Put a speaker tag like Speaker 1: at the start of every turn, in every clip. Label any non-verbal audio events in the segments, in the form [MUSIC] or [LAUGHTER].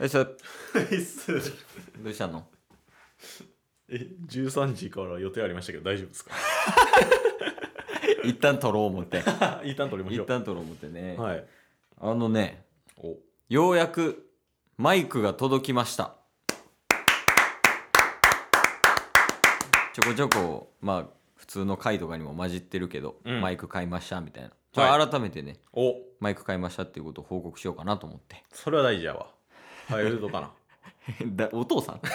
Speaker 1: えそれど
Speaker 2: いっす
Speaker 1: うしたの
Speaker 2: え13時から予定ありましたけど大丈夫ですか
Speaker 1: 一旦取ろう思って
Speaker 2: [LAUGHS] 一旦取りましょ
Speaker 1: 一
Speaker 2: う
Speaker 1: 旦取ろう思ってね、
Speaker 2: はい
Speaker 1: あのね
Speaker 2: お
Speaker 1: ようやくマイクが届きましたちょこちょこまあ普通の回とかにも混じってるけど、
Speaker 2: うん
Speaker 1: マイク買いましたみたいなち
Speaker 2: はい
Speaker 1: ょ改めてね、
Speaker 2: お
Speaker 1: マイク買いましたっていうことを報告しようかなと思
Speaker 2: [LAUGHS]
Speaker 1: って
Speaker 2: それは大事やわ入るとかな
Speaker 1: だお父さん [LAUGHS]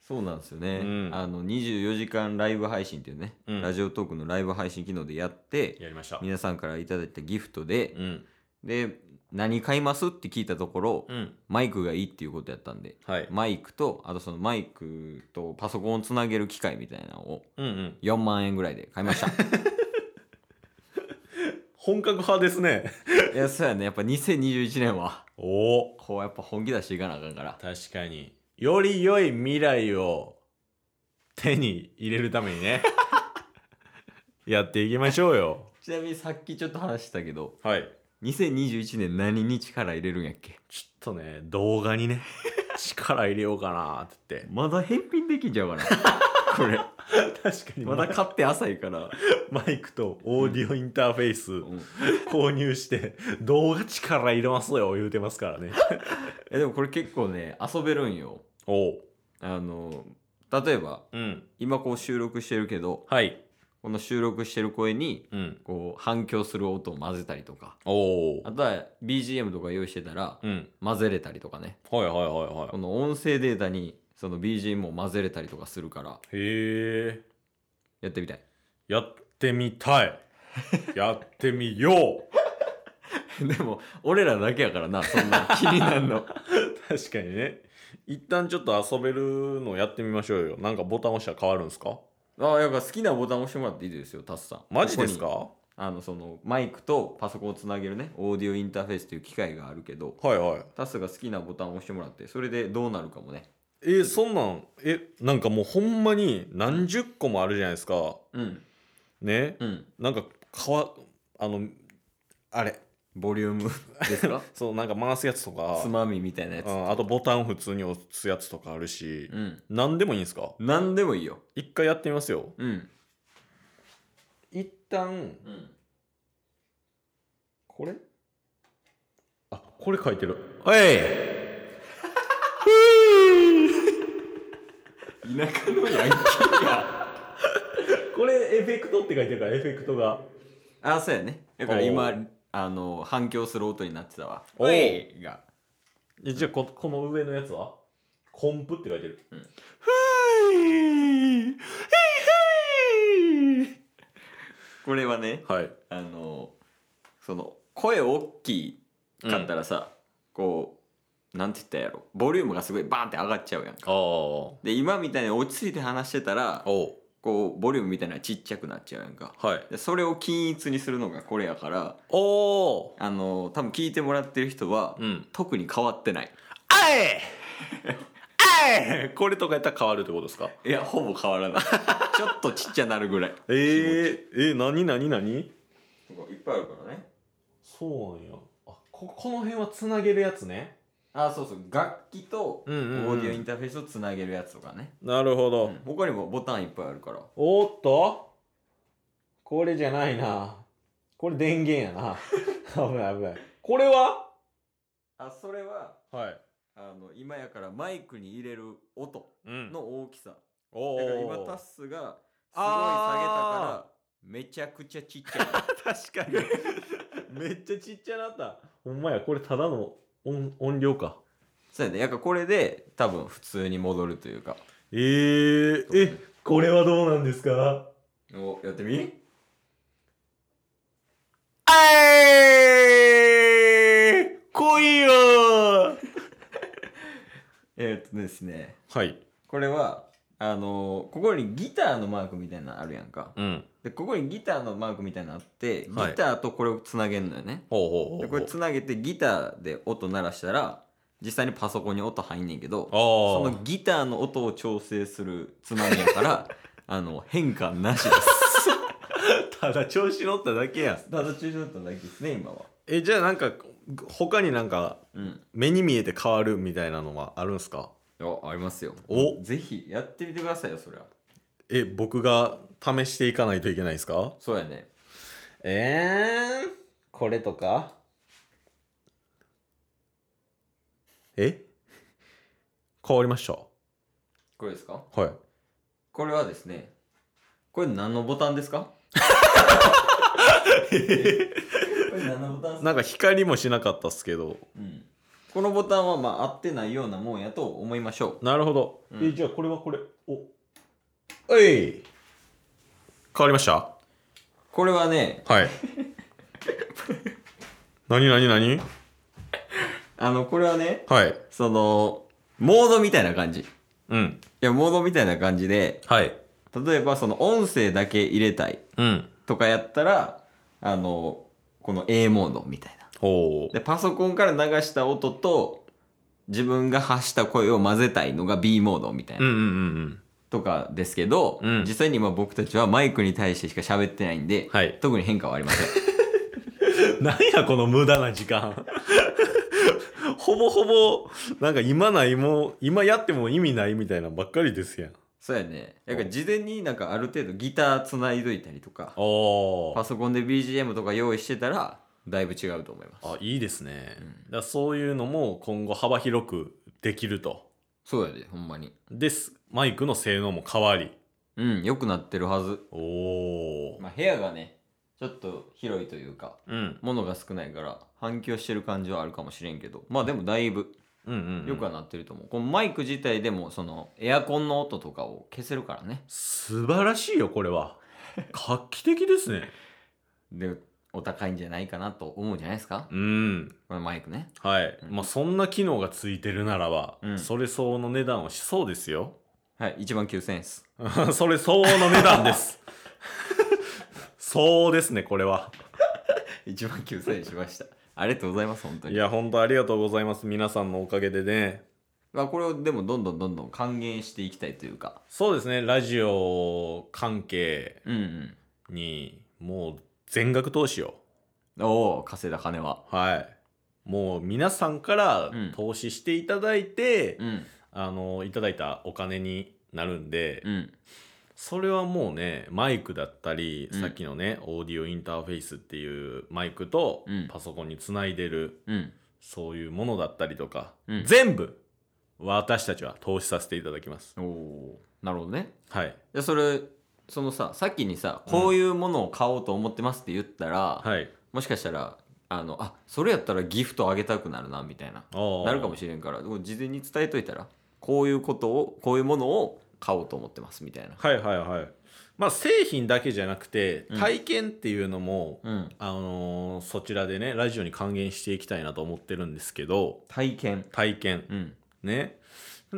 Speaker 1: そうなんですよね、
Speaker 2: うん
Speaker 1: あの24時間ライブ配信っていうね、
Speaker 2: [LAUGHS] うん
Speaker 1: ラジオトークのライブ配信機能でやって
Speaker 2: やりました
Speaker 1: 皆さんからいただいたギフトで、
Speaker 2: うん
Speaker 1: で何買いますって聞いたところ、
Speaker 2: うん
Speaker 1: マイクがいいっていうことやったんで
Speaker 2: はい
Speaker 1: マイクとあとそのマイクとパソコンをつなげる機械みたいなのを
Speaker 2: うんうん
Speaker 1: 4万円ぐらいで買いました
Speaker 2: 本格派ですね
Speaker 1: いやそうやねやっぱ2021年は
Speaker 2: お
Speaker 1: こうやっぱ本気出していかなあかんから
Speaker 2: 確かにより良い未来を手に入れるために [LAUGHS] ねやっていきましょうよ
Speaker 1: ちなみにさっきちょっと話したけど
Speaker 2: はい
Speaker 1: 2021年何に力入れるんやっけ
Speaker 2: ちょっとね動画にね力入れようかなって言って
Speaker 1: まだ返品できんじゃうかな [LAUGHS] これ
Speaker 2: 確かに
Speaker 1: まだ買って浅いから、
Speaker 2: マイクとオーディオインターフェイス
Speaker 1: うん
Speaker 2: 購入して動画力入れますよ言うてますからね
Speaker 1: えでもこれ結構ね遊べるんよ
Speaker 2: おう
Speaker 1: あの例えば
Speaker 2: うん
Speaker 1: 今こう収録してるけど
Speaker 2: はい
Speaker 1: この収録してる声に
Speaker 2: うん
Speaker 1: こう反響する音を混ぜたりとか
Speaker 2: おお
Speaker 1: あとは BGM とか用意してたら
Speaker 2: うん
Speaker 1: 混ぜれたりとかね
Speaker 2: はいはいはい
Speaker 1: こ
Speaker 2: は
Speaker 1: の音声データにその BGM を混ぜれたりとかするから
Speaker 2: いへえ
Speaker 1: やってみたい [LAUGHS]
Speaker 2: やってみた [LAUGHS] いやってみよう
Speaker 1: でも俺らだけやからなそんな気になるの
Speaker 2: 確かにね一旦ちょっと遊べるのやってみましょうよなんかボタン押したら変わるんですか
Speaker 1: [LAUGHS] あやっぱ好きなボタン押してもらっていいですよタスさん
Speaker 2: マジです
Speaker 1: ここに
Speaker 2: か
Speaker 1: あのそのマイクとパソコンをつなげるねオーディオインターフェースという機械があるけど
Speaker 2: はいはい
Speaker 1: タスが好きなボタンを押してもらってそれでどうなるかもね
Speaker 2: えそんなんえなんかもうほんまに何十個もあるじゃないですか
Speaker 1: うん
Speaker 2: ね
Speaker 1: うん
Speaker 2: なんかかわあのあれ
Speaker 1: ボリュームですか
Speaker 2: そうなんか回すやつとか
Speaker 1: つまみみたいなやつ
Speaker 2: うんあとボタン普通に押すやつとかあるし、
Speaker 1: うん
Speaker 2: 何でもいいんですか
Speaker 1: 何でもいいよ
Speaker 2: 一回やってみますよ
Speaker 1: うん
Speaker 2: 一旦
Speaker 1: うん
Speaker 2: これあこれ書いてる [LAUGHS] はい
Speaker 1: 田舎のヤンキーや
Speaker 2: これエフェクトって書いてるからエフェクトが
Speaker 1: [LAUGHS] あそうやねだから
Speaker 2: お
Speaker 1: 今
Speaker 2: う
Speaker 1: あの反響する音になってたわ
Speaker 2: おう
Speaker 1: いが
Speaker 2: えじゃあここの上のやつはコンプって書いてる、
Speaker 1: うん
Speaker 2: ふーいふい
Speaker 1: これはね
Speaker 2: ふいはい
Speaker 1: あのその声大きかったらさ、こうなんて言ったらやろボリュームがすごいバーンって上がっちゃうやんか
Speaker 2: ああお
Speaker 1: で今みたいに落ち着いて話してたら
Speaker 2: う
Speaker 1: こうボリュームみたいなのちっちゃくなっちゃうやんか
Speaker 2: はい
Speaker 1: でそれを均一にするのがこれやから
Speaker 2: おお
Speaker 1: あの多分聞いてもらってる人は、
Speaker 2: うん
Speaker 1: 特に変わってない
Speaker 2: あえあえ [LAUGHS] これとかやったら変わるってことですか
Speaker 1: いやほぼ変わらないちょっとちっちゃなるぐらい
Speaker 2: えー、えー、何何何
Speaker 1: いっぱいあるからね
Speaker 2: そうなんやあここの辺はつなげるやつね
Speaker 1: あそうそう楽器とオ
Speaker 2: うんうんうん
Speaker 1: ーディオインターフェースをつなげるやつとかね、
Speaker 2: なるほど、
Speaker 1: うん他にもボタンいっぱいあるから
Speaker 2: おーっとこれじゃないなこれ電源やな [LAUGHS] 危ない危ないこれは
Speaker 1: あそれは
Speaker 2: はい
Speaker 1: あの今やからマイクに入れる音
Speaker 2: うん
Speaker 1: の大きさ
Speaker 2: お
Speaker 1: だから今タッスがすごい下げたから
Speaker 2: あ
Speaker 1: めちゃくちゃちっちゃい
Speaker 2: 確かに [LAUGHS] めっちゃちっちゃなったほんまやこれただの音音量か
Speaker 1: そうやねやっぱこれで多分普通に戻るというか
Speaker 2: えー、えこれはどうなんですか
Speaker 1: おやってみ
Speaker 2: えー、来いよ
Speaker 1: えー、っとですね
Speaker 2: はい。
Speaker 1: これはあのここにギターのマークみたいなのあるやんか
Speaker 2: うん。
Speaker 1: でここにギターのマークみたいなのあってギ
Speaker 2: はい
Speaker 1: ターとこれをつなげるのよね、
Speaker 2: ほうほ
Speaker 1: でこれつなげてギターで音鳴らしたら実際にパソコンに音入んねんけどそ
Speaker 2: あ
Speaker 1: のギターの音を調整するつまみやから [LAUGHS] あの変化なしです
Speaker 2: あ。ただ調子乗っただけやん。
Speaker 1: ただ中止だっただけですね今は
Speaker 2: え、じゃあなんか、他になんか
Speaker 1: うん
Speaker 2: 目に見えて変わるみたいなのはあるんすか
Speaker 1: あありますよ
Speaker 2: お
Speaker 1: ぜひやってみてくださいよそりゃ
Speaker 2: え僕が試していかないといけないですか
Speaker 1: そうやね
Speaker 2: えー、これとかえ変わりまし
Speaker 1: これですか
Speaker 2: たはい
Speaker 1: これはですねこれ何のボタンですかこれ何のボタンですか
Speaker 2: なんか光もしなかったっすけど
Speaker 1: うんこのボタンはまあ合ってないようなもんやと思いましょう
Speaker 2: なるほど、
Speaker 1: うん
Speaker 2: えじゃあこれはこれおおい変わりました
Speaker 1: これはね
Speaker 2: はい [LAUGHS] 何何何
Speaker 1: あのこれはね
Speaker 2: はい
Speaker 1: そのモードみたいな感じい
Speaker 2: うん
Speaker 1: やモードみたいな感じで
Speaker 2: はい
Speaker 1: 例えばその音声だけ入れたい
Speaker 2: うん
Speaker 1: とかやったらあのこの A モードみたいな
Speaker 2: ほう
Speaker 1: でパソコンから流した音と自分が発した声を混ぜたいのが B モードみたいな、
Speaker 2: うんうんうんうん
Speaker 1: とかですけど、
Speaker 2: うん
Speaker 1: 実際に今僕たちはマイクに対してしか喋ってないんで、
Speaker 2: [LAUGHS] はい
Speaker 1: 特に変化はありません [LAUGHS]
Speaker 2: なんやこの無駄な時間 [LAUGHS] ほぼほぼなんか今ないもん今やっても意味ないみたいなばっかりですやん
Speaker 1: そうやねだから事前になんかある程度ギターつないどいたりとか
Speaker 2: お
Speaker 1: パソコンで BGM とか用意してたらだいぶ違うと思います
Speaker 2: あいいですね、
Speaker 1: うん
Speaker 2: だからそういうのも今後幅広くできると
Speaker 1: そうやでほんまに
Speaker 2: ですマイクの性能も変わり
Speaker 1: うん良くなってるはず、
Speaker 2: おお、
Speaker 1: まあ、部屋がねちょっと広いというか
Speaker 2: うん、
Speaker 1: 物が少ないから反響してる感じはあるかもしれんけどまあでもだいぶ
Speaker 2: うんうんうん
Speaker 1: 良くはなってると思う、このマイク自体でもそのエアコンの音とかを消せるからね
Speaker 2: 素晴らしいよこれ [LAUGHS] は画期的ですね
Speaker 1: でお高いんじゃないかなと思うじゃないですか
Speaker 2: うん
Speaker 1: これマイクね
Speaker 2: はい、
Speaker 1: うん
Speaker 2: まあそんな機能がついてるならば、
Speaker 1: うん
Speaker 2: それ相応の値段をしそうですよ [LAUGHS]
Speaker 1: はい1万9000円っす [LAUGHS]
Speaker 2: それ相応の値段です [LAUGHS] そうですねこれは
Speaker 1: 1万9000円しました [LAUGHS] ありがとうございます本当
Speaker 2: い
Speaker 1: に
Speaker 2: や本当ありがとうございます皆さんのおかげでね
Speaker 1: まあこれをでもどんどんどんどん還元していきたいというか
Speaker 2: そうですねラジオ関係
Speaker 1: うん
Speaker 2: にもう全額投資を
Speaker 1: うんおお稼いだ金は
Speaker 2: はいもう皆さんから
Speaker 1: うん
Speaker 2: 投資していただいて、
Speaker 1: うん
Speaker 2: あのいただいたお金になるんで、
Speaker 1: うん
Speaker 2: それはもうねマイクだったり、
Speaker 1: うん
Speaker 2: さっきのねオーディオインターフェイスっていうマイクと、
Speaker 1: うん
Speaker 2: パソコンにつないでる
Speaker 1: うん
Speaker 2: そういうものだったりとか、
Speaker 1: うん
Speaker 2: 全部私たちは投資させていただきます
Speaker 1: おおーなるほどね
Speaker 2: はい
Speaker 1: でそれそのささっきにさこういうものを買おうと思ってますって言ったら、
Speaker 2: はい
Speaker 1: もしかしたらあのあそれやったらギフトあげたくなるなみたいななるかも
Speaker 2: し
Speaker 1: しれんからでも事前に伝えといたらこういうことをこういうものを買おうと思ってますみたいな
Speaker 2: れないはいはいはいまあ製品だけじゃなくて
Speaker 1: うん
Speaker 2: 体験っていうのも、
Speaker 1: うん
Speaker 2: あのーそちらでねラジオに還元していきたいなと思ってるんですけど
Speaker 1: 体験
Speaker 2: 体験
Speaker 1: うん
Speaker 2: ね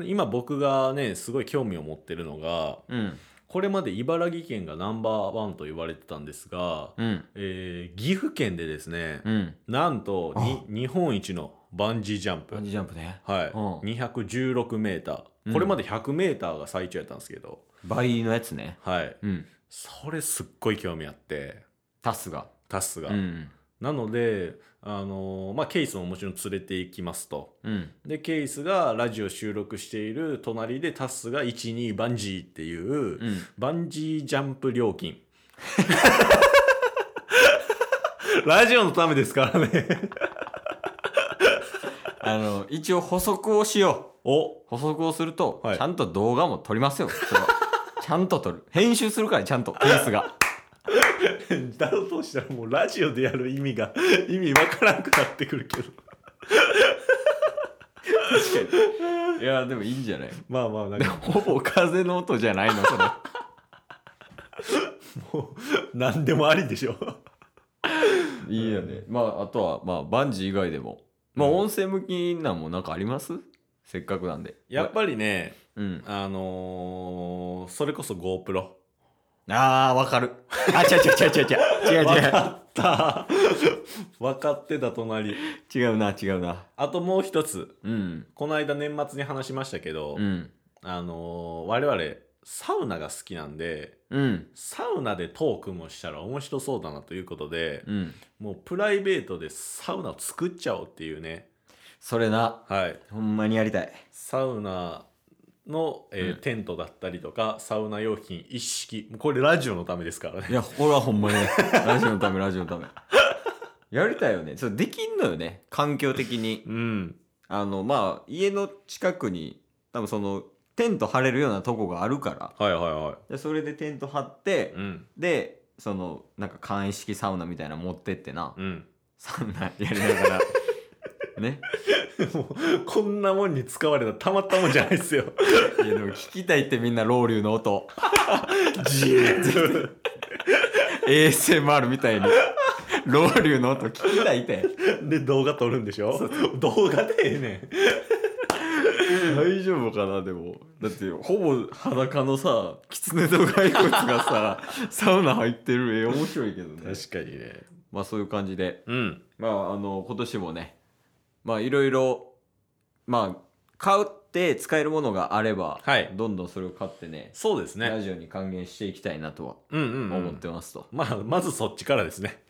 Speaker 2: 今僕がねすごい興味を持ってるのが
Speaker 1: うん
Speaker 2: これまで茨城県がナンバーワンと言われてたんですが、
Speaker 1: うん
Speaker 2: えー岐阜県でですね、
Speaker 1: うん
Speaker 2: なんとに日本一のバンジージャンプ
Speaker 1: バンジージャンプね
Speaker 2: はい、
Speaker 1: う
Speaker 2: 216メータ
Speaker 1: う
Speaker 2: ー
Speaker 1: ん
Speaker 2: これまで100メーターが最長やったんですけど、
Speaker 1: 倍のやつね
Speaker 2: はい
Speaker 1: うん
Speaker 2: それすっごい興味あって
Speaker 1: タスが
Speaker 2: タスが、
Speaker 1: うん
Speaker 2: なのであのーまあケイスももちろん連れて行きますと
Speaker 1: うん
Speaker 2: でケイスがラジオ収録している隣でタスが12バンジーっていう、
Speaker 1: うん
Speaker 2: バンジージャンプ料金。 [LAUGHS] ラジオのためですからね。
Speaker 1: あの一応補足をしよ
Speaker 2: お
Speaker 1: う
Speaker 2: [LAUGHS]
Speaker 1: 補足をすると、
Speaker 2: はい
Speaker 1: ちゃんと動画も撮りますよそれは [LAUGHS] ちゃんと撮る編集するからちゃんとケースが
Speaker 2: だろうとしたらもうラジオでやる意味が [LAUGHS] 意味わからんくなってくるけど。
Speaker 1: いやでもいいんじゃない
Speaker 2: まあまあなんか
Speaker 1: ほぼ風の音じゃないのそれ
Speaker 2: もう何でもありでしょ。
Speaker 1: いいよねまああとはまあバンジー以外でもまあ
Speaker 2: うん
Speaker 1: 音声向きなんもなんかありますせっかくなんで
Speaker 2: やっぱりね、
Speaker 1: うん
Speaker 2: あのーそれこそ GoPro。
Speaker 1: あーわかるあ違う違う違う違う違う
Speaker 2: わ
Speaker 1: 違う
Speaker 2: かった。 [LAUGHS] 分かってた隣。
Speaker 1: 違うな違うな
Speaker 2: あともう一つ。
Speaker 1: うん
Speaker 2: この間年末に話しましたけど、
Speaker 1: うん
Speaker 2: あのー我々サウナが好きなんで
Speaker 1: うん
Speaker 2: サウナでトークもしたら面白そうだなということで、
Speaker 1: うん
Speaker 2: もうプライベートでサウナを作っちゃおうっていうね
Speaker 1: それな
Speaker 2: はい
Speaker 1: ほんまにやりたい
Speaker 2: サウナの、え
Speaker 1: う
Speaker 2: ー
Speaker 1: ん
Speaker 2: テントだったりとかサウナ用品一式もうこれラジオのためですからね
Speaker 1: いやこれはほんまにラジオのためラジオのためやりたいよねそうできんのよね環境的に
Speaker 2: うん
Speaker 1: あのまあ家の近くに多分そのテント張れるようなとこがあるから
Speaker 2: はいはいは
Speaker 1: でそれでテント張って、
Speaker 2: いうん
Speaker 1: でそのなんか簡易式サウナみたいなの持ってってな、
Speaker 2: うん
Speaker 1: サウナやりなが [LAUGHS] らね
Speaker 2: もうこんなもんに使われたらたまったもんじゃないですよ
Speaker 1: いやでも聞きたいってみんなロウリュウの音
Speaker 2: ジー
Speaker 1: ASMR みたいにロウリュウの音聞きたいって
Speaker 2: で動画撮るんでしょ動画でええね
Speaker 1: 大丈夫かなでもだってほぼ裸のさ狐と骸骨がさサウナ入ってる絵面白いけどね
Speaker 2: ん確かにね
Speaker 1: まあそういう感じで
Speaker 2: うん
Speaker 1: まああの今年もねまあいろいろまあ買って使えるものがあれば、
Speaker 2: はい
Speaker 1: どんどんそれを買ってね
Speaker 2: そうです
Speaker 1: ラ
Speaker 2: ね
Speaker 1: ジオに還元していきたいなとは
Speaker 2: うんうん、うん、
Speaker 1: 思ってますと、
Speaker 2: まあまずそっちからですね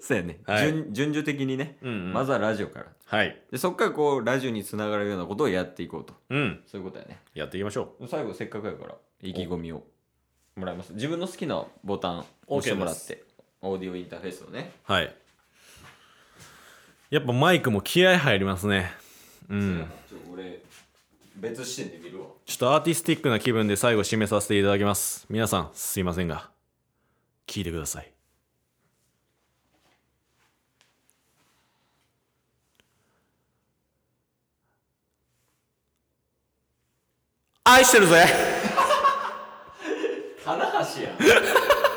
Speaker 1: そうやね、
Speaker 2: はい
Speaker 1: [LAUGHS] 順順序的にね、
Speaker 2: うん、うん、
Speaker 1: まずはラジオから
Speaker 2: はい
Speaker 1: でそっからこうラジオにつながるようなことをやっていこうと
Speaker 2: うん
Speaker 1: そういうことやね
Speaker 2: やっていきましょ
Speaker 1: 最後せっかくやから意気込みをもらいます自分の好きなボタン押してもらってオーディオインターフェースのね、
Speaker 2: うはいやっぱマイクも気合入りますねう、
Speaker 1: うんちょっと俺別視点で見るわ
Speaker 2: ちょっとアーティスティックな気分で最後締めさせていただきます皆さんすいませんが聞いてください愛してるぜ
Speaker 1: 棚橋やん